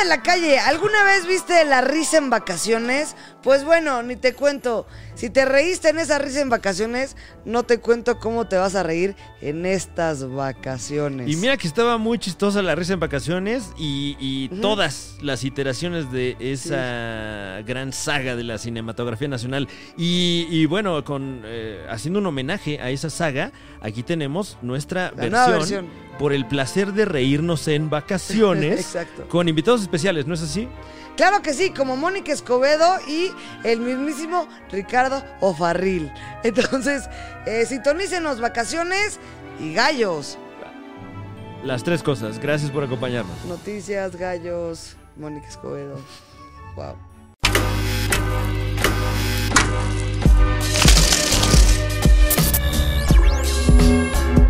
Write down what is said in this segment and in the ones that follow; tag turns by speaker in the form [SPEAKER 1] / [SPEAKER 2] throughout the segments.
[SPEAKER 1] de la calle, ¿alguna vez viste la risa en vacaciones? Pues bueno, ni te cuento. Si te reíste en esa risa en vacaciones, no te cuento cómo te vas a reír en estas vacaciones.
[SPEAKER 2] Y mira que estaba muy chistosa la risa en vacaciones y, y todas las iteraciones de esa gran saga de la cinematografía nacional. Y, y bueno, con eh, haciendo un homenaje a esa saga, aquí tenemos nuestra
[SPEAKER 1] La nueva
[SPEAKER 2] versión, por el placer de reírnos en vacaciones
[SPEAKER 1] Exacto.
[SPEAKER 2] con invitados especiales, ¿no es así?
[SPEAKER 1] Claro que sí, como Mónica Escobedo y el mismísimo Ricardo Ofarril. Entonces, eh, sintonícenos vacaciones y gallos.
[SPEAKER 2] Las tres cosas. Gracias por acompañarnos.
[SPEAKER 1] Noticias, gallos, Mónica Escobedo. Wow.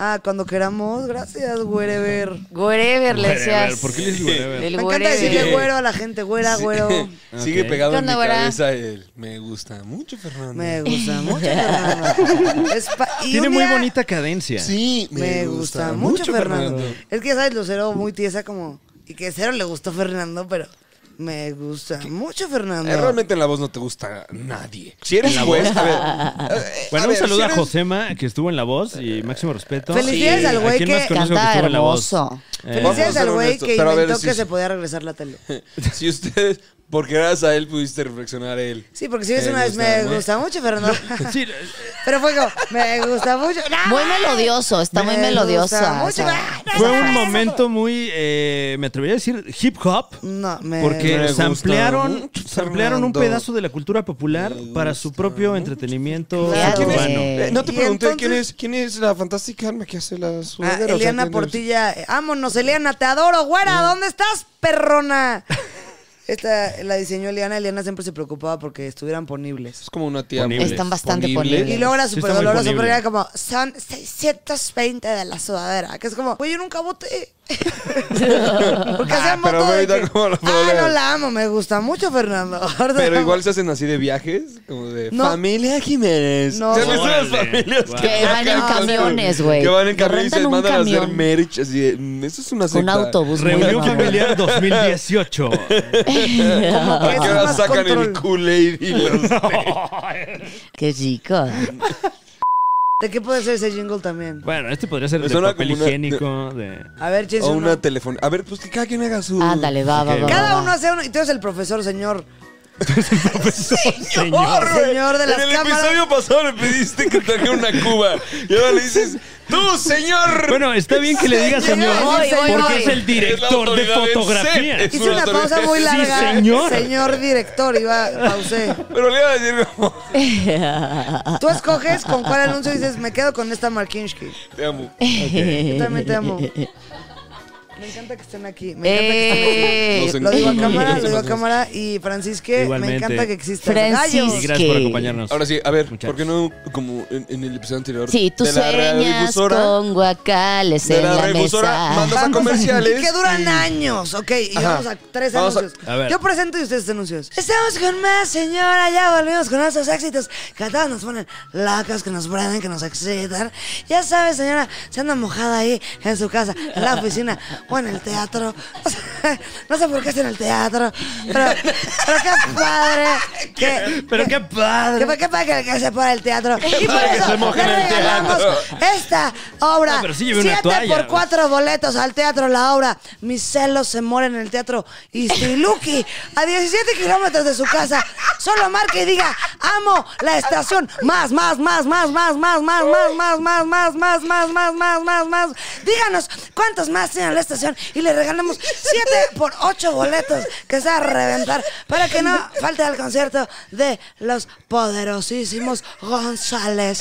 [SPEAKER 1] Ah, cuando queramos, gracias, Wherever.
[SPEAKER 3] Wherever le decías.
[SPEAKER 2] ¿Por qué le dices wherever?
[SPEAKER 3] El
[SPEAKER 1] Me encanta decirle
[SPEAKER 3] wherever.
[SPEAKER 1] güero a la gente, güera, güero.
[SPEAKER 4] Sigue pegado
[SPEAKER 3] ¿Qué
[SPEAKER 4] en mi
[SPEAKER 3] onda, güera?
[SPEAKER 4] cabeza el me gusta mucho, Fernando.
[SPEAKER 1] Me gusta mucho. Fernando. Es pa- y
[SPEAKER 2] Tiene
[SPEAKER 1] un
[SPEAKER 2] muy
[SPEAKER 1] día-
[SPEAKER 2] bonita cadencia.
[SPEAKER 4] Sí, me,
[SPEAKER 1] Me gusta mucho Fernando. Es que ya sabes, Lucero muy tiesa como. Y que cero le gustó Fernando, pero. Me gusta mucho Fernando.
[SPEAKER 4] Eh, realmente en la voz no te gusta nadie. Si eres juez, a ver. eh, eh,
[SPEAKER 2] Bueno,
[SPEAKER 4] a
[SPEAKER 2] un
[SPEAKER 4] ver, Eh,
[SPEAKER 2] saludo
[SPEAKER 4] si
[SPEAKER 2] a
[SPEAKER 4] eres-
[SPEAKER 2] Josema, que estuvo en La Voz, y máximo respeto.
[SPEAKER 1] Felicidades
[SPEAKER 2] Sí.
[SPEAKER 1] al güey
[SPEAKER 2] ¿A quién
[SPEAKER 1] que
[SPEAKER 2] más conozco que
[SPEAKER 3] canta
[SPEAKER 2] estuvo en La Voz?
[SPEAKER 3] hermoso.
[SPEAKER 2] Eh,
[SPEAKER 4] Vamos a
[SPEAKER 1] Felicidades
[SPEAKER 4] ser
[SPEAKER 1] al güey
[SPEAKER 4] honestos,
[SPEAKER 1] que
[SPEAKER 4] pero a ver,
[SPEAKER 1] inventó
[SPEAKER 4] sí,
[SPEAKER 1] que
[SPEAKER 4] sí.
[SPEAKER 1] se podía regresar la tele.
[SPEAKER 4] Si ustedes, porque gracias a él pudiste reflexionar él.
[SPEAKER 1] Sí, porque si ves
[SPEAKER 4] Me
[SPEAKER 1] una vez,
[SPEAKER 4] gusta
[SPEAKER 1] me
[SPEAKER 4] mucho".
[SPEAKER 1] gusta mucho Fernando.
[SPEAKER 2] Sí, eh,
[SPEAKER 1] pero fue como, me gusta mucho. ¡No!
[SPEAKER 3] Muy melodioso, está muy
[SPEAKER 1] Me
[SPEAKER 3] melodioso.
[SPEAKER 1] gusta
[SPEAKER 3] o
[SPEAKER 1] mucho.
[SPEAKER 3] sea,
[SPEAKER 2] fue un momento muy, eh, me atrevería a decir, hip hop.
[SPEAKER 1] No, me.
[SPEAKER 4] Me
[SPEAKER 2] Porque
[SPEAKER 4] gusta
[SPEAKER 2] samplearon,
[SPEAKER 4] mucho,
[SPEAKER 2] samplearon un
[SPEAKER 4] Fernando.
[SPEAKER 2] pedazo de la cultura popular para su propio entretenimiento
[SPEAKER 3] Claro.
[SPEAKER 4] ¿Quién es?
[SPEAKER 2] urbano.
[SPEAKER 4] Eh, no te
[SPEAKER 1] Y
[SPEAKER 4] pregunté quién
[SPEAKER 1] entonces-
[SPEAKER 4] es quién es la fantástica alma que hace las
[SPEAKER 1] Ah,
[SPEAKER 4] sudaderas.
[SPEAKER 1] Eliana
[SPEAKER 4] O sea, ¿quién es?
[SPEAKER 1] Portilla, eh, vámonos, Eliana, te adoro, güera, ¿dónde estás, perrona? Esta la diseñó Eliana, Eliana siempre se preocupaba porque estuvieran ponibles.
[SPEAKER 4] Es como una tía.
[SPEAKER 2] Ponible.
[SPEAKER 3] Están bastante
[SPEAKER 1] Y
[SPEAKER 3] ponibles.
[SPEAKER 1] luego era
[SPEAKER 2] Sí,
[SPEAKER 1] súper
[SPEAKER 2] está muy
[SPEAKER 1] doloroso, pero
[SPEAKER 2] ponible.
[SPEAKER 1] era como, son 620 de la sudadera, que es como, güey, yo nunca voté. porque
[SPEAKER 4] Ah,
[SPEAKER 1] hacían
[SPEAKER 4] pero
[SPEAKER 1] voto de
[SPEAKER 4] ahorita
[SPEAKER 1] que,
[SPEAKER 4] cómo la puedo
[SPEAKER 1] Ah, no
[SPEAKER 4] leer".
[SPEAKER 1] la amo, me gusta mucho, Fernando. Ahorita
[SPEAKER 4] Pero
[SPEAKER 1] la-
[SPEAKER 4] igual se hacen así de viajes, como de
[SPEAKER 1] No.
[SPEAKER 4] familia Jiménez.
[SPEAKER 1] No.
[SPEAKER 4] ¿Se han visto las
[SPEAKER 2] Órale.
[SPEAKER 4] familias
[SPEAKER 2] Wow.
[SPEAKER 3] Que van en
[SPEAKER 1] Ah,
[SPEAKER 3] camiones, güey.
[SPEAKER 4] Que van en
[SPEAKER 3] Que
[SPEAKER 4] camiones y se
[SPEAKER 3] rentan un
[SPEAKER 4] mandan a hacer
[SPEAKER 3] camión.
[SPEAKER 4] merch. Así de, "Mm, eso es una secta.
[SPEAKER 3] Con autobús. muy
[SPEAKER 2] Pues Reunión
[SPEAKER 3] mamón.
[SPEAKER 2] familiar 2018.
[SPEAKER 1] como que
[SPEAKER 4] ¿A
[SPEAKER 1] es
[SPEAKER 4] qué hora
[SPEAKER 1] más
[SPEAKER 4] sacan el
[SPEAKER 1] control.
[SPEAKER 4] Kool-Aid y los...
[SPEAKER 3] Qué chico.
[SPEAKER 1] ¿De qué puede ser ese jingle también?
[SPEAKER 2] bueno, este podría ser
[SPEAKER 4] Me
[SPEAKER 2] de
[SPEAKER 4] suena
[SPEAKER 2] papel
[SPEAKER 4] como una-
[SPEAKER 2] higiénico. De...
[SPEAKER 1] A ver, Chase,
[SPEAKER 4] o
[SPEAKER 1] uno.
[SPEAKER 4] una teléfono. A ver, pues que cada quien haga su...
[SPEAKER 3] Ándale, va, va,
[SPEAKER 2] Ok.
[SPEAKER 3] va.
[SPEAKER 1] Cada
[SPEAKER 4] Ah.
[SPEAKER 3] va.
[SPEAKER 1] uno hace uno, y tú eres el profesor, señor.
[SPEAKER 2] Señor.
[SPEAKER 4] ¡Horror, güey!
[SPEAKER 1] Señor de las
[SPEAKER 4] En el
[SPEAKER 1] cámaras.
[SPEAKER 4] episodio pasado le pediste que trajera una cuba. Y ahora le dices, ¡tú, señor!
[SPEAKER 2] Bueno, está bien que le diga señor,
[SPEAKER 3] Voy, voy,
[SPEAKER 2] porque
[SPEAKER 3] voy.
[SPEAKER 2] es el director de
[SPEAKER 4] Es la autoridad en
[SPEAKER 2] fotografía.
[SPEAKER 4] set.
[SPEAKER 1] Hice una pausa muy
[SPEAKER 4] Sí,
[SPEAKER 1] larga.
[SPEAKER 2] señor.
[SPEAKER 1] Señor director, iba, pausé.
[SPEAKER 4] Pero le iba a decir como...
[SPEAKER 1] Tú escoges con cuál anuncio dices, me quedo con esta Markinsky.
[SPEAKER 4] Te amo.
[SPEAKER 3] Eh.
[SPEAKER 1] Yo también te amo. Me encanta que estén aquí. Me encanta que estén aquí. Lo
[SPEAKER 3] Eh,
[SPEAKER 4] Nos encanta.
[SPEAKER 1] digo a cámara,
[SPEAKER 4] Sí.
[SPEAKER 1] lo digo a cámara. Y Francisque,
[SPEAKER 2] Igualmente.
[SPEAKER 1] me encanta que existan
[SPEAKER 3] Francis.
[SPEAKER 2] Y
[SPEAKER 1] gallos.
[SPEAKER 2] gracias por
[SPEAKER 3] que-
[SPEAKER 2] acompañarnos.
[SPEAKER 4] Ahora sí, a ver,
[SPEAKER 2] Muchachos.
[SPEAKER 4] ¿por qué no como en, en el episodio anterior?
[SPEAKER 3] Si tú
[SPEAKER 4] de la
[SPEAKER 3] sueñas
[SPEAKER 4] radiodifusora,
[SPEAKER 3] con guacales
[SPEAKER 4] de
[SPEAKER 3] en
[SPEAKER 4] la
[SPEAKER 3] la
[SPEAKER 4] radiodifusora,
[SPEAKER 3] mesa.
[SPEAKER 4] mandas a
[SPEAKER 1] Vamos a-
[SPEAKER 4] comerciales.
[SPEAKER 1] Y que duran
[SPEAKER 4] y-
[SPEAKER 1] años, ok. Y
[SPEAKER 4] Ajá.
[SPEAKER 1] vamos a tres
[SPEAKER 4] Vamos a-
[SPEAKER 1] anuncios.
[SPEAKER 2] a ver.
[SPEAKER 1] Yo presento y ustedes anuncios. Estamos con más, señora. Ya volvimos con nuestros éxitos. Que a todas nos ponen locas, que nos prenden, que nos excitan. Ya sabes, señora, se anda mojada ahí en su casa, en la oficina o en el teatro. O sea, no sé por qué es en el teatro, pero, pero qué padre. Que,
[SPEAKER 2] Pero qué padre.
[SPEAKER 1] que para qué para que, que se para el teatro. Y por
[SPEAKER 4] padre que se
[SPEAKER 1] eso
[SPEAKER 4] moje
[SPEAKER 1] le
[SPEAKER 4] en el
[SPEAKER 1] regalamos esta obra.
[SPEAKER 2] Ah, pero sí llevé una
[SPEAKER 1] 7
[SPEAKER 2] toalla.
[SPEAKER 1] por 4 boletos al teatro La Obra. Mis celos se mueren en el teatro Istiluki, a 17 kilómetros de su casa. Solo marque y diga, amo la estación. Más, más, más, más, más, más, más, más, más, más, más, más, más, más, más, más, más. Díganos cuántos más tiene la estación y le regalamos 7 por 8 boletos que se va a reventar para que no falte al concierto de los poderosísimos González.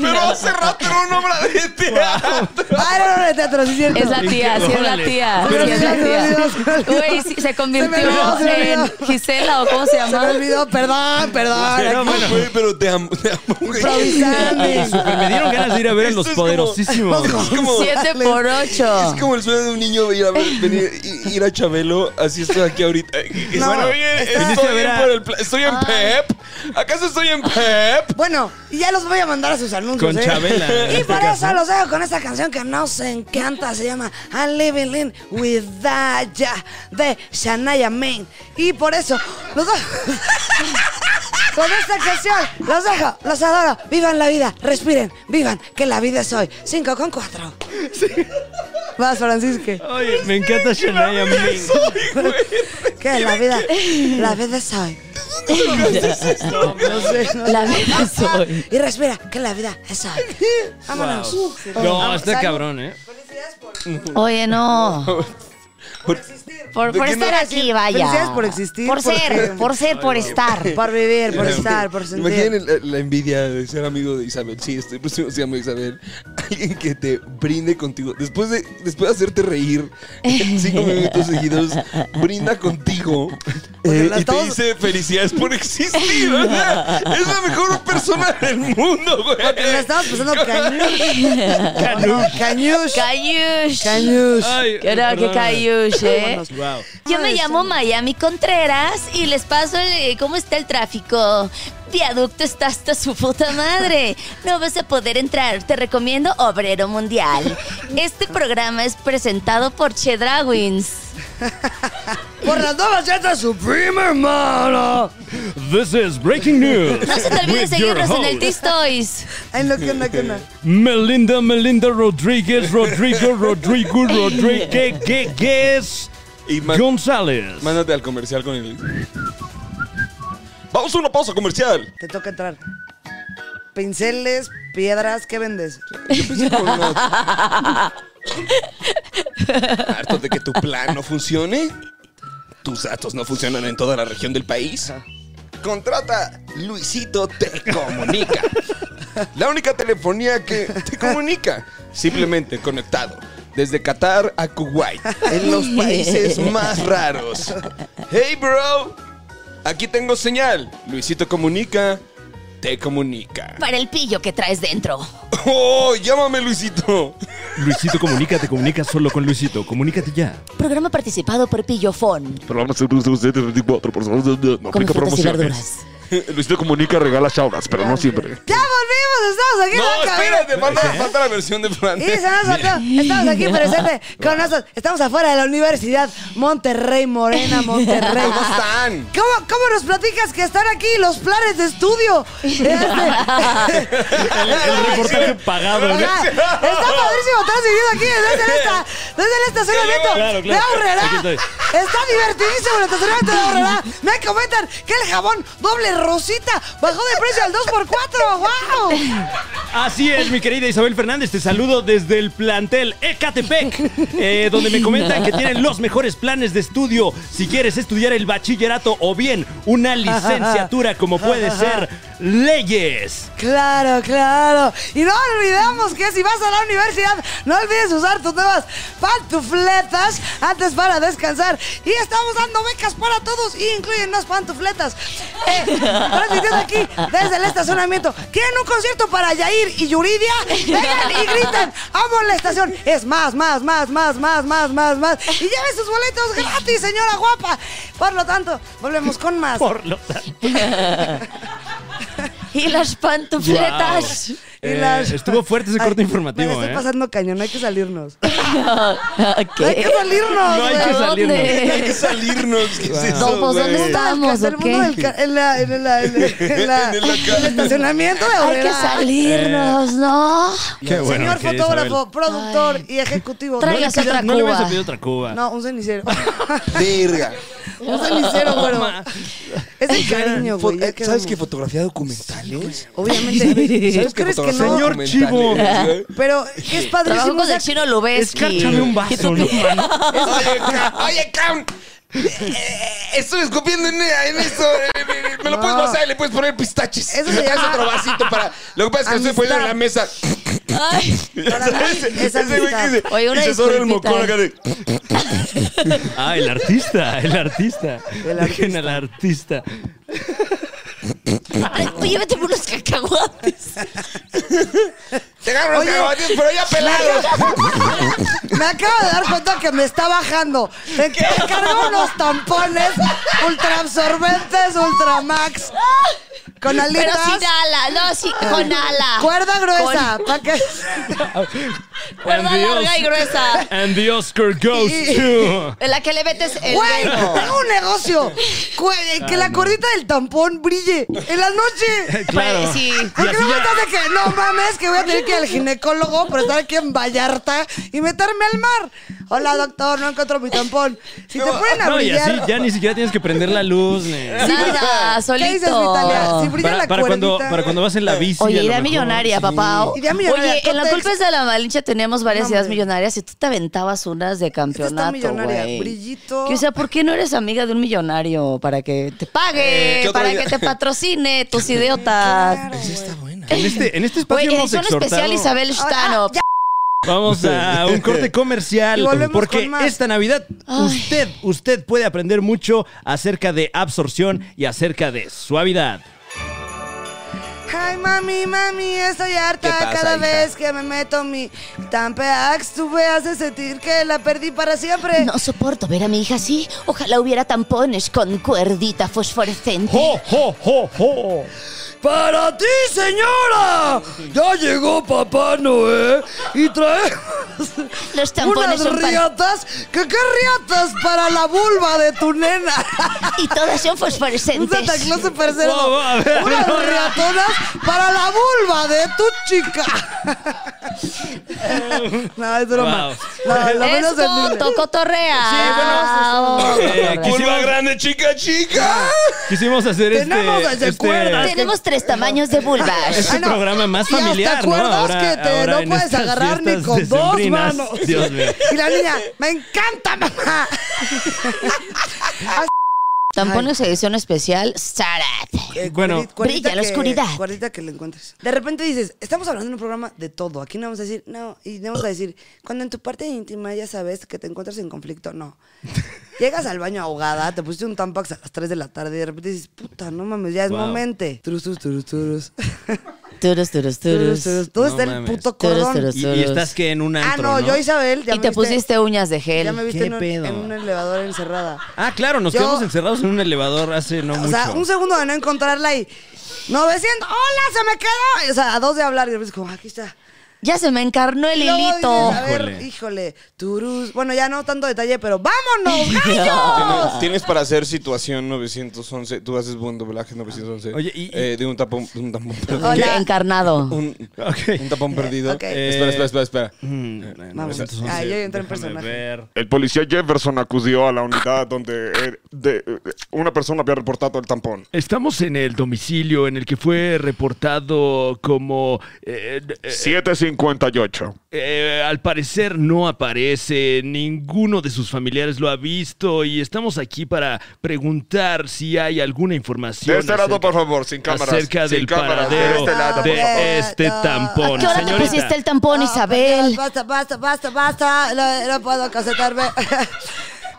[SPEAKER 4] Pero hace rato era un obra de este teatro.
[SPEAKER 1] Ah, era una obra de teatro, sí, cierto.
[SPEAKER 3] Es la tía, sí es la
[SPEAKER 2] Órale.
[SPEAKER 3] tía.
[SPEAKER 1] Pero
[SPEAKER 3] sí es la
[SPEAKER 1] se me olvidó, se me
[SPEAKER 3] tía.
[SPEAKER 1] olvidó.
[SPEAKER 3] Güey, sí, se
[SPEAKER 1] Se me olvidó,
[SPEAKER 3] convirtió
[SPEAKER 1] se me
[SPEAKER 3] en
[SPEAKER 1] olvidó.
[SPEAKER 3] Gisela o cómo se
[SPEAKER 1] Se me
[SPEAKER 3] llama.
[SPEAKER 1] olvidó, perdón, perdón.
[SPEAKER 4] Pero, güey, pero te amo, te amo, güey.
[SPEAKER 1] Improvisando.
[SPEAKER 2] Ay, súper, me dieron ganas de ir a ver a
[SPEAKER 4] Esto
[SPEAKER 2] los
[SPEAKER 4] es como-
[SPEAKER 2] poderosísimos.
[SPEAKER 4] Es como-
[SPEAKER 3] Siete por ocho. claro.
[SPEAKER 4] Es como el sueño de un niño ir a, ver- venir- i- ir a Chabelo. Así estoy aquí ahorita. estoy,
[SPEAKER 2] Viniste a
[SPEAKER 4] estoy,
[SPEAKER 2] ver
[SPEAKER 4] en,
[SPEAKER 2] a-
[SPEAKER 4] por el pla- estoy en PEP. ¿Acaso estoy en PEP?
[SPEAKER 1] Bueno, y ya los voy a mandar a sus anuncios.
[SPEAKER 2] Con
[SPEAKER 1] ¿eh?
[SPEAKER 2] Chabela, en
[SPEAKER 1] Y
[SPEAKER 2] este
[SPEAKER 1] por
[SPEAKER 2] caso.
[SPEAKER 1] eso los dejo con esta canción que nos encanta. Se llama I'm Living In With Ya de Shania Main. Y por eso los dejo. Con esta canción los dejo, los adoro. Vivan la vida, respiren, vivan, que la vida es hoy. 5 con 4. Vas, Francisque.
[SPEAKER 2] Oye, me encanta Shania Main.
[SPEAKER 1] Que la vida, la vida es hoy.
[SPEAKER 2] No sé.
[SPEAKER 3] La vida soy.
[SPEAKER 1] Y respira, que la vida es hoy. Vámonos.
[SPEAKER 2] No,
[SPEAKER 1] Vamos,
[SPEAKER 2] está
[SPEAKER 1] salud.
[SPEAKER 2] cabrón, ¿eh?
[SPEAKER 1] Felicidades por
[SPEAKER 3] Oye, no.
[SPEAKER 4] Por-
[SPEAKER 1] existir.
[SPEAKER 3] Por,
[SPEAKER 4] ¿De
[SPEAKER 3] por
[SPEAKER 4] qué no?
[SPEAKER 3] estar aquí, vaya.
[SPEAKER 1] Felicidades por existir,
[SPEAKER 3] Por
[SPEAKER 1] por-
[SPEAKER 3] ser, por ser, por estar.
[SPEAKER 1] Por vivir, por estar, por
[SPEAKER 4] Imaginen
[SPEAKER 1] sentir.
[SPEAKER 4] el- la, envidia de ser amigo de Isabel. Sí, estoy próximo se llama Isabel. Alguien que te brinde contigo. Después de, después de hacerte reír en cinco minutos seguidos, brinda contigo.
[SPEAKER 1] Porque
[SPEAKER 4] eh,
[SPEAKER 1] las
[SPEAKER 4] y te
[SPEAKER 1] dos-
[SPEAKER 4] dice felicidades por existir. O sea, es la mejor persona del mundo, güey.
[SPEAKER 1] La estamos pasando cañush. Cañush.
[SPEAKER 3] Cayush.
[SPEAKER 1] Cañush.
[SPEAKER 2] Ay,
[SPEAKER 3] Creo que
[SPEAKER 2] perdóname.
[SPEAKER 3] Cayush, ¿eh?
[SPEAKER 1] Vámonos.
[SPEAKER 2] Wow.
[SPEAKER 3] Yo me
[SPEAKER 1] Ay,
[SPEAKER 3] llamo Miami Contreras y les paso el- eh, cómo está el tráfico. Viaducto está hasta su puta madre. No vas a poder entrar. Te recomiendo Obrero Mundial. Este programa es presentado por Chedrawins.
[SPEAKER 1] Por las nuevas letras Supreme, hermano.
[SPEAKER 2] This is breaking news.
[SPEAKER 3] No se te olvide
[SPEAKER 2] with your
[SPEAKER 3] seguirnos en el
[SPEAKER 2] host,
[SPEAKER 3] Tistoys.
[SPEAKER 1] Ay, no, que onda, que onda.
[SPEAKER 2] Melinda, Melinda Rodríguez, Rodrigo, Rodrigo, Rodríguez
[SPEAKER 4] Y man-
[SPEAKER 2] González.
[SPEAKER 4] mándate al comercial con el. Vamos a una pausa comercial.
[SPEAKER 1] Te toca entrar. Pinceles, piedras, ¿qué vendes?
[SPEAKER 4] Yo pensé con una... Harto de que tu plan no funcione. Tus datos no funcionan en toda la región del país. Contrata Luisito Te Comunica. La única telefonía que te comunica. Simplemente conectado. Desde Qatar a Kuwait. En los países más raros. Hey, bro. Aquí tengo señal. Luisito Comunica. Te comunica.
[SPEAKER 3] Para el pillo que traes dentro.
[SPEAKER 4] ¡Oh! ¡Llámame, Luisito!
[SPEAKER 2] Luisito comunica, te comunica solo con Luisito. Comunícate ya.
[SPEAKER 3] Programa participado por Pillofón.
[SPEAKER 5] Programa 00724 por favor, no
[SPEAKER 3] Con
[SPEAKER 5] aplica
[SPEAKER 3] frutas y
[SPEAKER 5] promociones.
[SPEAKER 3] verduras.
[SPEAKER 5] Luisito comunica, regala chauras, pero no siempre.
[SPEAKER 1] ¡Ya volvimos! ¡Estamos aquí! en
[SPEAKER 4] No,
[SPEAKER 1] la cabina.
[SPEAKER 4] espérate, falta, falta la versión de Fran.
[SPEAKER 1] Y se nos soltó. Estamos aquí presentes con nosotros. Estamos afuera de la Universidad Monterrey Morena, Monterrey.
[SPEAKER 4] ¿Cómo están?
[SPEAKER 1] ¿Cómo, cómo nos platicas que están aquí los planes de estudio? Este-
[SPEAKER 2] El, el reportaje pagado. ¿no?
[SPEAKER 1] Ajá, Está padrísimo, estás viviendo aquí desde el, esta, desde el estacionamiento
[SPEAKER 2] Claro, claro.
[SPEAKER 1] de Aurrera.
[SPEAKER 2] Aquí estoy.
[SPEAKER 1] ¿eh? Está divertidísimo el estacionamiento de Aurrera. Me comentan que el jabón doble rosita bajó de precio al 2x4. ¡Wow!
[SPEAKER 2] Así es, mi querida Isabel Fernández, te saludo desde el plantel Ecatepec, eh, donde me comentan que tienen los mejores planes de estudio. Si quieres estudiar el bachillerato o bien una licenciatura como puede ser leyes.
[SPEAKER 1] Claro, claro. Y no olvidamos que si vas a la universidad, no olvides usar tus nuevas pantufletas antes para descansar. Y estamos dando becas para todos, y incluyen las pantufletas. Eh, transmitiendo aquí desde el estacionamiento. ¿Quieren un concierto para Yair y Yuridia? Vengan y griten. Amo la estación. Es más, más, más, más, más, más, más, más. Y lleven sus boletos gratis, señora guapa. Por lo tanto, volvemos con más.
[SPEAKER 2] Por lo tanto,
[SPEAKER 3] Y las pantufletas.
[SPEAKER 1] Y
[SPEAKER 2] Eh,
[SPEAKER 1] las-
[SPEAKER 2] estuvo fuerte ese corte
[SPEAKER 1] Ay,
[SPEAKER 2] informativo,
[SPEAKER 1] Me la estoy
[SPEAKER 2] ¿eh?
[SPEAKER 1] pasando cañón, hay que salirnos.
[SPEAKER 3] Ok.
[SPEAKER 1] Hay que salirnos.
[SPEAKER 2] No hay que
[SPEAKER 1] güey.
[SPEAKER 2] salirnos.
[SPEAKER 4] Hay que salirnos. ¿Qué es eso,
[SPEAKER 3] Todos, ¿dónde
[SPEAKER 4] güey?
[SPEAKER 3] está? Estamos,
[SPEAKER 1] En el mundo
[SPEAKER 3] ¿o
[SPEAKER 1] del
[SPEAKER 3] qué?
[SPEAKER 1] ca- en la- en la- en la- en la-
[SPEAKER 4] En la ca-
[SPEAKER 1] en el estacionamiento de
[SPEAKER 3] Hay que Eh.
[SPEAKER 1] Aurrera.
[SPEAKER 3] salirnos, ¿no?
[SPEAKER 2] Qué bueno,
[SPEAKER 1] Señor
[SPEAKER 2] mi querida
[SPEAKER 1] fotógrafo,
[SPEAKER 2] Isabel.
[SPEAKER 1] productor
[SPEAKER 3] Ay.
[SPEAKER 1] y ejecutivo.
[SPEAKER 2] No le,
[SPEAKER 3] Traigas otra
[SPEAKER 2] pidas- no le vayas a
[SPEAKER 3] Cuba.
[SPEAKER 2] pedir otra Cuba.
[SPEAKER 1] No, un cenicero.
[SPEAKER 4] Verga.
[SPEAKER 1] un cenicero, güero. Es el cariño,
[SPEAKER 4] Fo-
[SPEAKER 1] güey. ya
[SPEAKER 4] eh, ¿Sabes
[SPEAKER 1] quedamos.
[SPEAKER 4] qué? Fotografía documentales.
[SPEAKER 1] Obviamente.
[SPEAKER 4] ¿Sabes qué?
[SPEAKER 1] ¿Crees que no?
[SPEAKER 4] Fotografía eh?
[SPEAKER 2] Señor
[SPEAKER 4] documentales,
[SPEAKER 2] Chivo.
[SPEAKER 4] güey?
[SPEAKER 1] Pero es
[SPEAKER 3] Trabajo
[SPEAKER 1] padrísimo.
[SPEAKER 3] con el
[SPEAKER 1] esa-
[SPEAKER 3] chino Lubeski.
[SPEAKER 2] Escárchame un vaso, ¿no?
[SPEAKER 4] Oye, ca- oye, Cam. Eh, Estoy escupiendo en, en esto. Eh, me- Me lo puedes
[SPEAKER 1] No.
[SPEAKER 4] pasar y le puedes poner pistaches.
[SPEAKER 1] Eso se llama-
[SPEAKER 4] otro vasito para. Lo que pasa es que estoy poniendo en la mesa.
[SPEAKER 3] Ay,
[SPEAKER 1] Para mí es amistad.
[SPEAKER 3] Oye, una
[SPEAKER 4] y se sobra el
[SPEAKER 3] disculpita.
[SPEAKER 1] eh".
[SPEAKER 4] mocón acá de.
[SPEAKER 2] Ah, el artista, el artista.
[SPEAKER 1] El
[SPEAKER 2] Dejen al artista.
[SPEAKER 3] ay, tú llévate unos cacahuates.
[SPEAKER 4] Llegaron los
[SPEAKER 1] Oye,
[SPEAKER 4] cacahuates, pero ya pelados.
[SPEAKER 1] Me acabo de dar cuenta que me está bajando. Me, me cargó unos tampones ultraabsorbentes, ultramax, con
[SPEAKER 3] Pero
[SPEAKER 1] alitas,
[SPEAKER 3] sin ala, no, sí, con ala.
[SPEAKER 1] cuerda gruesa, para que...
[SPEAKER 3] Cuerda
[SPEAKER 2] And
[SPEAKER 3] larga
[SPEAKER 2] Dios.
[SPEAKER 3] y gruesa.
[SPEAKER 2] And the Oscar goes to.
[SPEAKER 3] En la que le metes el
[SPEAKER 1] Güey,
[SPEAKER 3] dedo.
[SPEAKER 1] tengo un negocio. Cu- Que la cuerdita del tampón brille en la noche.
[SPEAKER 2] Claro.
[SPEAKER 3] Pues, Sí.
[SPEAKER 1] ¿Por
[SPEAKER 2] Y
[SPEAKER 1] qué
[SPEAKER 2] así
[SPEAKER 1] no me
[SPEAKER 2] ya-
[SPEAKER 1] estás de que no mames que voy a tener que ir al ginecólogo por estar aquí en Vallarta y meterme al mar? Hola, doctor, no encuentro mi tampón. Si te ponen a
[SPEAKER 2] No, y así
[SPEAKER 1] brillar...
[SPEAKER 2] ya ni siquiera tienes que prender la luz. ni-
[SPEAKER 3] Nada,
[SPEAKER 1] ¿Qué dices, Vitalia? Si
[SPEAKER 3] solito.
[SPEAKER 1] brilla
[SPEAKER 2] Para,
[SPEAKER 1] la
[SPEAKER 2] para
[SPEAKER 1] cuerdita...
[SPEAKER 2] cuando, para cuando vas en la bici.
[SPEAKER 3] Oye,
[SPEAKER 2] a lo
[SPEAKER 3] idea
[SPEAKER 2] mejor,
[SPEAKER 3] millonaria,
[SPEAKER 2] sí.
[SPEAKER 3] papá.
[SPEAKER 1] Idea millonaria,
[SPEAKER 3] Oye, en la
[SPEAKER 1] Cotex.
[SPEAKER 3] culpa es de la malincha teníamos varias
[SPEAKER 1] No,
[SPEAKER 3] ideas
[SPEAKER 1] hombre.
[SPEAKER 3] millonarias y tú te aventabas unas de campeonato,
[SPEAKER 1] millonaria,
[SPEAKER 3] güey.
[SPEAKER 1] brillito.
[SPEAKER 3] Que, o sea, ¿por qué no eres amiga de un millonario para que te pague,
[SPEAKER 4] Eh, ¿qué otra
[SPEAKER 3] para
[SPEAKER 4] idea?
[SPEAKER 3] que te patrocine tus idiotas?
[SPEAKER 1] Claro,
[SPEAKER 4] Esa
[SPEAKER 1] güey.
[SPEAKER 4] está buena.
[SPEAKER 2] En este, en este espacio
[SPEAKER 3] Oye,
[SPEAKER 2] hemos
[SPEAKER 3] edición
[SPEAKER 2] exhortado-
[SPEAKER 3] especial Isabel
[SPEAKER 1] Ahora,
[SPEAKER 3] Stano.
[SPEAKER 1] ya,
[SPEAKER 2] Vamos a un corte
[SPEAKER 1] Y
[SPEAKER 2] comercial
[SPEAKER 1] volvemos
[SPEAKER 2] porque
[SPEAKER 1] con más.
[SPEAKER 2] esta Navidad
[SPEAKER 3] Ay.
[SPEAKER 2] usted usted puede aprender mucho acerca de absorción y acerca de suavidad.
[SPEAKER 1] Ay, mami, mami, estoy harta
[SPEAKER 4] ¿Qué pasa,
[SPEAKER 1] cada
[SPEAKER 4] hija?
[SPEAKER 1] vez que me meto mi Tampax. Tú me haces sentir que la perdí para siempre.
[SPEAKER 3] No soporto ver a mi hija así. Ojalá hubiera tampones con cuerdita fosforescente.
[SPEAKER 2] ho ho ho.
[SPEAKER 1] ¡Para ti, señora! Ya llegó Papá Noé y trae
[SPEAKER 3] Los tampones
[SPEAKER 1] unas
[SPEAKER 3] son pan-
[SPEAKER 1] riatas. ¿Qué, ¿Qué riatas para la vulva de tu nena?
[SPEAKER 3] y todas son
[SPEAKER 1] Un Santa
[SPEAKER 3] fosforescentes.
[SPEAKER 1] Claus super cerdo.
[SPEAKER 2] Wow, wow, a ver,
[SPEAKER 1] Unas
[SPEAKER 2] no, no.
[SPEAKER 1] riatonas para la vulva de tu chica. no, es broma.
[SPEAKER 2] Wow.
[SPEAKER 1] No, lo menos
[SPEAKER 3] Es
[SPEAKER 1] del-
[SPEAKER 3] tonto, cotorrea.
[SPEAKER 2] Eh,
[SPEAKER 4] Curva
[SPEAKER 2] quisimos,
[SPEAKER 4] grande, chica, chica.
[SPEAKER 2] quisimos hacer
[SPEAKER 1] Tenemos
[SPEAKER 2] este,
[SPEAKER 1] desde
[SPEAKER 2] este-
[SPEAKER 1] cuerdas.
[SPEAKER 3] Tenemos tres tamaños de vulvas.
[SPEAKER 2] este
[SPEAKER 1] Ay, Ah, no.
[SPEAKER 2] programa más
[SPEAKER 1] Y hasta
[SPEAKER 2] familiar, ¿no?
[SPEAKER 1] cuerdas
[SPEAKER 2] Ahora-
[SPEAKER 1] que te-
[SPEAKER 2] ahora
[SPEAKER 1] no
[SPEAKER 2] en
[SPEAKER 1] puedes
[SPEAKER 2] estas
[SPEAKER 1] agarrar ni
[SPEAKER 2] fiestas
[SPEAKER 1] con dos
[SPEAKER 2] decembrinas.
[SPEAKER 1] manos.
[SPEAKER 2] Dios mío.
[SPEAKER 1] Y la niña, me encanta, mamá.
[SPEAKER 3] Tampones edición especial, Sarat.
[SPEAKER 1] Eh,
[SPEAKER 2] Bueno.
[SPEAKER 1] cuerdi- cuerdita
[SPEAKER 3] Brilla la
[SPEAKER 1] que-
[SPEAKER 3] oscuridad.
[SPEAKER 1] Cuerdita que le encuentres. De repente dices, estamos hablando en un programa de todo. Aquí no vamos a decir, no, y no vamos a decir, cuando en tu parte íntima ya sabes que te encuentras en conflicto, no. Llegas al baño ahogada, te pusiste un tampax a las 3 de la tarde y de repente dices, puta, no mames, ya es
[SPEAKER 2] Wow.
[SPEAKER 1] momento. Turus, turus, turus, turus.
[SPEAKER 3] Turus, turus,
[SPEAKER 1] Turus,
[SPEAKER 3] turus.
[SPEAKER 1] turus. Todo
[SPEAKER 2] No
[SPEAKER 1] está el
[SPEAKER 2] mames.
[SPEAKER 1] puto
[SPEAKER 3] Turus,
[SPEAKER 1] cordón.
[SPEAKER 3] turus.
[SPEAKER 2] Y, y estás que en un
[SPEAKER 1] Ah,
[SPEAKER 2] antro,
[SPEAKER 1] no, yo Isabel. ya
[SPEAKER 3] Y
[SPEAKER 1] me
[SPEAKER 3] te
[SPEAKER 1] viste-
[SPEAKER 3] pusiste uñas de
[SPEAKER 1] Ya me
[SPEAKER 3] gel.
[SPEAKER 1] viste
[SPEAKER 2] ¿Qué
[SPEAKER 1] en un,
[SPEAKER 2] pedo?
[SPEAKER 1] en un elevador encerrada.
[SPEAKER 2] Ah, claro, nos
[SPEAKER 1] Yo-
[SPEAKER 2] quedamos encerrados en un elevador hace no
[SPEAKER 1] O
[SPEAKER 2] mucho.
[SPEAKER 1] sea, un segundo de no encontrarla y 900, hola, se me quedó. O sea, a dos de hablar y después como, aquí está.
[SPEAKER 3] Ya se me encarnó el
[SPEAKER 1] Y luego
[SPEAKER 3] hilito.
[SPEAKER 1] dices, a ver,
[SPEAKER 2] Híjole.
[SPEAKER 1] híjole, turús. Bueno, ya no tanto detalle, pero vámonos, gallo.
[SPEAKER 4] Tienes, tienes para hacer situación 911. Tú haces buen doblaje 911.
[SPEAKER 2] Oye, y- y-
[SPEAKER 4] Eh, de un tapón, de un tapón perdido.
[SPEAKER 3] Hola, encarnado.
[SPEAKER 4] Un,
[SPEAKER 2] Ok.
[SPEAKER 4] un tapón perdido. Eh,
[SPEAKER 1] Ok.
[SPEAKER 4] Espera, espera, espera, espera.
[SPEAKER 2] Mm,
[SPEAKER 1] Vamos.
[SPEAKER 4] entonces,
[SPEAKER 1] Ah, yo entré en
[SPEAKER 2] Déjame
[SPEAKER 1] personaje.
[SPEAKER 2] ver.
[SPEAKER 5] El policía Jefferson acudió a la unidad donde eh, de- eh, una persona había reportado el tampón.
[SPEAKER 4] Eh,
[SPEAKER 2] Estamos en el domicilio en el que fue reportado como... eh, eh,
[SPEAKER 5] 758.
[SPEAKER 2] eh, al parecer no aparece, ninguno de sus familiares lo ha visto y estamos aquí para preguntar si hay alguna información.
[SPEAKER 5] De este lado,
[SPEAKER 2] acerca-
[SPEAKER 5] por favor, sin cámaras.
[SPEAKER 2] acerca
[SPEAKER 5] sin
[SPEAKER 2] del
[SPEAKER 5] cámaras,
[SPEAKER 2] paradero
[SPEAKER 5] De este lado,
[SPEAKER 2] de
[SPEAKER 5] por favor.
[SPEAKER 2] este
[SPEAKER 1] Ah,
[SPEAKER 2] tampón.
[SPEAKER 3] ¿Qué hora te
[SPEAKER 2] Señorita,
[SPEAKER 3] pusiste el tampón,
[SPEAKER 1] No,
[SPEAKER 3] Isabel?
[SPEAKER 1] Basta, basta, basta, basta. No, no puedo casetarme.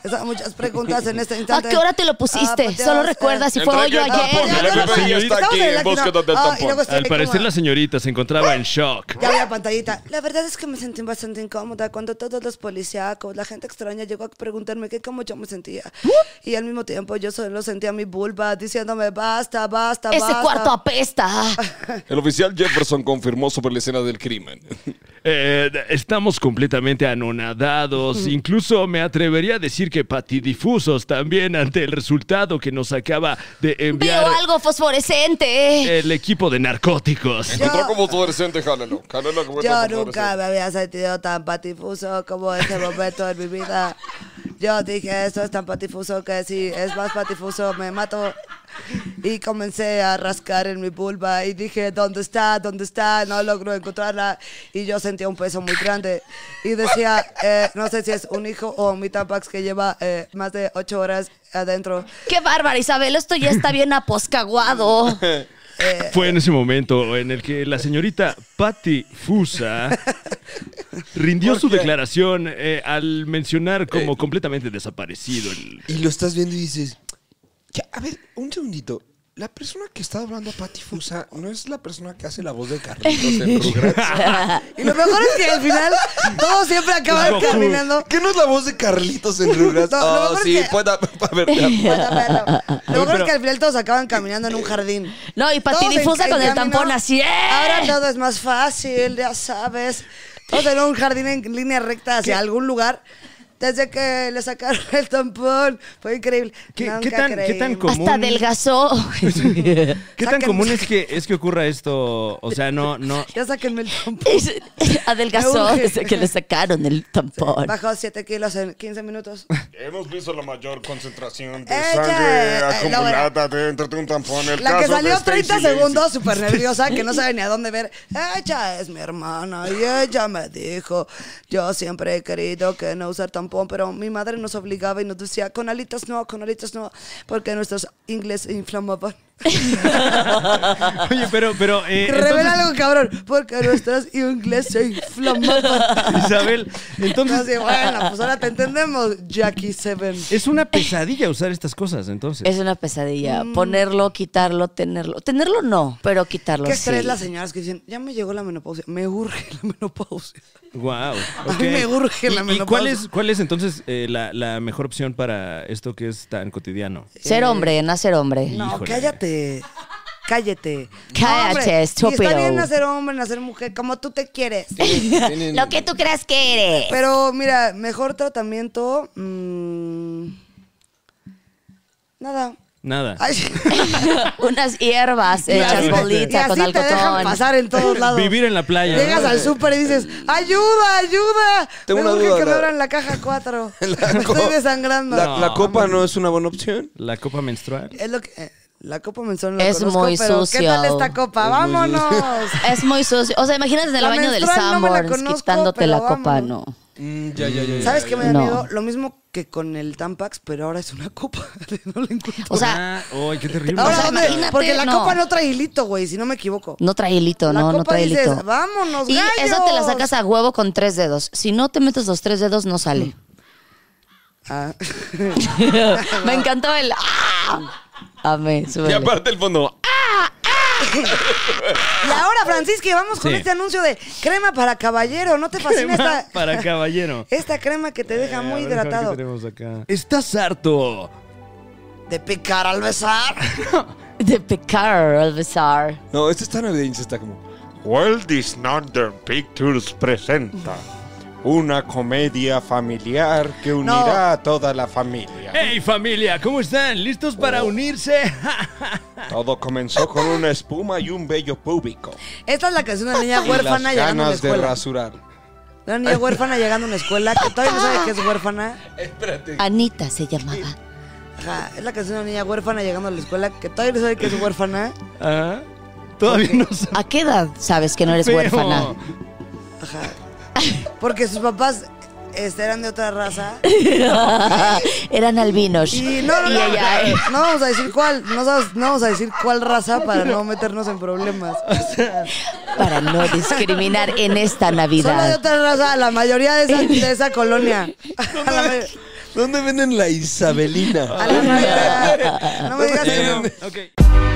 [SPEAKER 1] Son muchas preguntas en este
[SPEAKER 3] ¿A
[SPEAKER 1] instante.
[SPEAKER 3] qué hora te lo pusiste?
[SPEAKER 1] Ah, pues,
[SPEAKER 3] Solo
[SPEAKER 1] eh,
[SPEAKER 3] recuerda si
[SPEAKER 4] eh,
[SPEAKER 3] fue hoy o
[SPEAKER 4] entrega el tampón,
[SPEAKER 3] ayer.
[SPEAKER 4] la
[SPEAKER 1] Estamos
[SPEAKER 4] señorita
[SPEAKER 1] en la
[SPEAKER 4] está aquí en
[SPEAKER 1] máquina.
[SPEAKER 4] búsqueda del
[SPEAKER 1] Ah, y
[SPEAKER 4] tampón.
[SPEAKER 1] luego estoy
[SPEAKER 2] Al
[SPEAKER 1] ahí
[SPEAKER 2] parecer
[SPEAKER 1] como-
[SPEAKER 2] la señorita se encontraba en shock.
[SPEAKER 1] Ya había pantallita. La verdad es que me sentí bastante incómoda cuando todos los policíacos, la gente extraña llegó a preguntarme qué cómo yo me sentía. Y al mismo tiempo yo solo sentía mi vulva diciéndome basta, basta,
[SPEAKER 3] Ese
[SPEAKER 1] basta.
[SPEAKER 3] cuarto apesta.
[SPEAKER 4] El oficial Jefferson confirmó sobre la escena del crimen.
[SPEAKER 2] Eh, estamos completamente anonadados. Incluso me atrevería a decir que patidifusos también ante el resultado que nos acaba de enviar Eh.
[SPEAKER 3] Veo algo fosforescente.
[SPEAKER 2] el equipo de
[SPEAKER 3] Eh.
[SPEAKER 2] narcóticos.
[SPEAKER 4] Encontró como fluorescente, jálalo. Jálalo como
[SPEAKER 1] Yo
[SPEAKER 4] tapón
[SPEAKER 1] nunca me había sentido tan patifuso como ese momento en mi vida. Yo dije, esto es tan patifuso que si es más patifuso me mato. Y comencé a rascar en mi vulva y dije, ¿dónde está? ¿Dónde está? No logro encontrarla. Y yo sentía un peso muy grande. Y decía, eh, no sé si es un hijo o mi tampax que lleva eh, más de ocho horas adentro.
[SPEAKER 3] Qué bárbara, Isabel. Esto ya está bien aposcaguado.
[SPEAKER 2] Fue en ese momento en el que la señorita Patty Fusa rindió su declaración eh, al mencionar como completamente desaparecido el
[SPEAKER 4] Y lo estás viendo y dices, "Ya, a ver, un segundito. La persona que está hablando a Pati Fusa no es la persona que hace la voz de Carlitos en Rugrats.
[SPEAKER 1] Y lo mejor es que al final todos siempre acaban
[SPEAKER 2] Goku.
[SPEAKER 1] caminando.
[SPEAKER 4] ¿Qué no es la voz de Carlitos en Rugrats?
[SPEAKER 1] No, lo
[SPEAKER 4] oh,
[SPEAKER 1] mejor
[SPEAKER 4] sí,
[SPEAKER 1] es que-
[SPEAKER 4] puede. A ver, ya.
[SPEAKER 1] Bueno, bueno, Lo mejor es
[SPEAKER 2] pero-
[SPEAKER 1] que al final todos acaban caminando en un jardín.
[SPEAKER 3] No, y
[SPEAKER 1] Todos
[SPEAKER 3] patidifusa
[SPEAKER 1] en-
[SPEAKER 3] con
[SPEAKER 1] en
[SPEAKER 3] el
[SPEAKER 1] camino.
[SPEAKER 3] tampón así. ¡eh!
[SPEAKER 1] Ahora todo es más fácil, ya sabes. Todos en un jardín en línea recta hacia algún lugar. Desde que le sacaron el tampón. Fue increíble.
[SPEAKER 2] ¿Qué-
[SPEAKER 1] Nunca
[SPEAKER 2] qué tan- qué
[SPEAKER 1] creímos.
[SPEAKER 2] tan co-
[SPEAKER 3] Hasta
[SPEAKER 2] común.
[SPEAKER 3] adelgazó.
[SPEAKER 2] ¿Qué tan
[SPEAKER 1] Sáquenme.
[SPEAKER 2] común es que, es que ocurra esto? O sea, no, no.
[SPEAKER 1] Ya sáquenme el tampón.
[SPEAKER 3] adelgazó
[SPEAKER 1] Me urge.
[SPEAKER 3] desde que le sacaron el tampón.
[SPEAKER 1] Bajó 7 kilos en 15 minutos.
[SPEAKER 5] Hemos visto la mayor concentración de
[SPEAKER 1] Ella,
[SPEAKER 5] sangre
[SPEAKER 1] eh,
[SPEAKER 5] acumulada dentro de un tampón. El
[SPEAKER 1] La que
[SPEAKER 5] caso de
[SPEAKER 1] salió
[SPEAKER 5] Stacy
[SPEAKER 1] 30
[SPEAKER 5] Lacey.
[SPEAKER 1] segundos súper nerviosa, que no sabe ni a dónde ver. Ella es mi hermana y ella me dijo, yo siempre he querido que no usar tampón, pero mi madre nos obligaba y nos decía, con alitas no, con alitas no, porque nuestros ingles se inflamaban.
[SPEAKER 2] Oye, pero, pero. eh,
[SPEAKER 1] Revela
[SPEAKER 2] entonces,
[SPEAKER 1] algo, cabrón, porque nuestros ingles se inflamaban.
[SPEAKER 2] Isabel, entonces.
[SPEAKER 1] Entonces, bueno, pues ahora te entendemos, Jackie Seven.
[SPEAKER 2] Es una pesadilla usar estas cosas, entonces.
[SPEAKER 3] Es una pesadilla.
[SPEAKER 1] Mm.
[SPEAKER 3] Ponerlo, quitarlo, tenerlo. Tenerlo no, pero quitarlo
[SPEAKER 1] ¿Qué
[SPEAKER 3] sí.
[SPEAKER 1] crees las señoras que dicen, ya me llegó la menopausia? Me urge la menopausia.
[SPEAKER 2] Wow.
[SPEAKER 1] A mí me urge la
[SPEAKER 2] ¿Y,
[SPEAKER 1] menopausia.
[SPEAKER 2] cuál es, cuál es entonces eh, la, la mejor opción para esto que es tan cotidiano?
[SPEAKER 3] Ser hombre, nacer hombre.
[SPEAKER 1] Eh, No,
[SPEAKER 2] Híjole.
[SPEAKER 1] cállate. Cállate.
[SPEAKER 3] Cállate,
[SPEAKER 1] No, hombre, Y
[SPEAKER 3] estúpido.
[SPEAKER 1] está bien nacer hombre, nacer mujer, como tú te quieres.
[SPEAKER 4] Tienen-
[SPEAKER 3] Lo que tú creas que eres.
[SPEAKER 1] Pero mira, mejor tratamiento. mm, nada.
[SPEAKER 2] Nada.
[SPEAKER 1] Ay,
[SPEAKER 3] Unas hierbas hechas
[SPEAKER 2] Claro.
[SPEAKER 1] y
[SPEAKER 3] bolita con
[SPEAKER 1] así te dejan
[SPEAKER 3] algodón.
[SPEAKER 1] pasar en todos lados.
[SPEAKER 2] Vivir en la playa. ¿no?
[SPEAKER 1] Llegas al súper y dices, ayuda, ayuda.
[SPEAKER 4] Tengo
[SPEAKER 1] me
[SPEAKER 4] una
[SPEAKER 1] urge
[SPEAKER 4] duda,
[SPEAKER 1] que me
[SPEAKER 4] la-
[SPEAKER 1] abran la caja 4.
[SPEAKER 4] La co-
[SPEAKER 1] Estoy desangrando.
[SPEAKER 4] La, la copa no es una buena opción.
[SPEAKER 2] La copa menstrual.
[SPEAKER 1] Es lo que... eh, La copa mensual no la
[SPEAKER 3] Es
[SPEAKER 1] conozco,
[SPEAKER 3] muy
[SPEAKER 1] pero ¿qué tal
[SPEAKER 3] sucio.
[SPEAKER 1] esta copa?
[SPEAKER 4] Es muy sucio.
[SPEAKER 1] ¡Vámonos!
[SPEAKER 3] Es muy sucio. O sea, imagínate en el
[SPEAKER 1] La
[SPEAKER 3] baño del
[SPEAKER 1] menstrual no me la
[SPEAKER 3] Sanborns
[SPEAKER 1] conozco,
[SPEAKER 3] quitándote
[SPEAKER 1] pero
[SPEAKER 3] la copa,
[SPEAKER 1] vámonos.
[SPEAKER 3] no.
[SPEAKER 4] Mm, ya, ya, ya.
[SPEAKER 1] ¿Sabes qué me da
[SPEAKER 3] No.
[SPEAKER 1] miedo? Lo mismo que con el Tampax, pero ahora es una copa. no la encuentro.
[SPEAKER 3] O sea,
[SPEAKER 2] Ah, ¡Ay, qué terrible!
[SPEAKER 1] ahora,
[SPEAKER 3] o sea,
[SPEAKER 1] ¿dónde?
[SPEAKER 3] imagínate,
[SPEAKER 1] Porque la
[SPEAKER 3] no.
[SPEAKER 1] copa no trae hilito, güey, si no me equivoco.
[SPEAKER 3] no trae hilito,
[SPEAKER 1] La
[SPEAKER 3] no, no
[SPEAKER 1] copa
[SPEAKER 3] trae
[SPEAKER 1] dices,
[SPEAKER 3] hilito.
[SPEAKER 1] "Vámonos,
[SPEAKER 3] Y esa te la
[SPEAKER 1] gallos".
[SPEAKER 3] sacas a huevo con tres dedos. Si no te metes los tres dedos, no sale.
[SPEAKER 1] Ah.
[SPEAKER 3] Me encantó el. ¡Ah! Amé,
[SPEAKER 4] Y
[SPEAKER 3] súbele.
[SPEAKER 4] aparte el fondo.
[SPEAKER 1] Y ahora, Francisca, vamos con
[SPEAKER 2] Sí.
[SPEAKER 1] este anuncio de crema para caballero. ¿No te fascina
[SPEAKER 2] Crema
[SPEAKER 1] esta,
[SPEAKER 2] para caballero.
[SPEAKER 1] esta crema que te deja muy
[SPEAKER 2] Eh, a ver, a ver qué
[SPEAKER 1] hidratado?
[SPEAKER 2] tenemos acá. ¿Estás harto
[SPEAKER 1] De picar al besar.
[SPEAKER 3] De pecar al besar.
[SPEAKER 4] No, este está navideño, este está como.
[SPEAKER 5] Walt Disney Pictures presenta una comedia familiar que unirá
[SPEAKER 1] No.
[SPEAKER 5] a toda la familia.
[SPEAKER 2] ¡Hey familia! ¿Cómo están? ¿Listos
[SPEAKER 1] Oh.
[SPEAKER 2] para unirse?
[SPEAKER 5] Todo comenzó con una espuma y un bello púbico.
[SPEAKER 1] Esta es la canción de una niña
[SPEAKER 4] Y las
[SPEAKER 1] huérfana llegando a una
[SPEAKER 4] ganas de
[SPEAKER 1] escuela.
[SPEAKER 4] rasurar.
[SPEAKER 1] De una niña huérfana llegando a una escuela que todavía no
[SPEAKER 3] Ah.
[SPEAKER 1] sabe que es huérfana.
[SPEAKER 4] Espérate.
[SPEAKER 3] Anita se llamaba.
[SPEAKER 1] Ajá, es la canción de una niña huérfana llegando a la escuela que todavía no sabe que es huérfana.
[SPEAKER 2] Ah, Todavía no sabes.
[SPEAKER 3] ¿A qué edad sabes que no eres huérfana?
[SPEAKER 1] Ajá. Porque sus papás este, eran de otra raza.
[SPEAKER 3] Eran albinos.
[SPEAKER 1] Y no, no,
[SPEAKER 3] Y
[SPEAKER 1] no,
[SPEAKER 3] ella, eh,
[SPEAKER 1] no vamos a decir cuál, no, sabes- no vamos a decir cuál raza para no meternos en problemas.
[SPEAKER 3] para no discriminar en esta
[SPEAKER 1] Solo de
[SPEAKER 3] Navidad.
[SPEAKER 1] otra raza, la mayoría de esa, de esa colonia. A la, may-
[SPEAKER 4] ¿Dónde venden la Isabelina?
[SPEAKER 1] a la mayoría. No me digas que no.
[SPEAKER 2] Ok.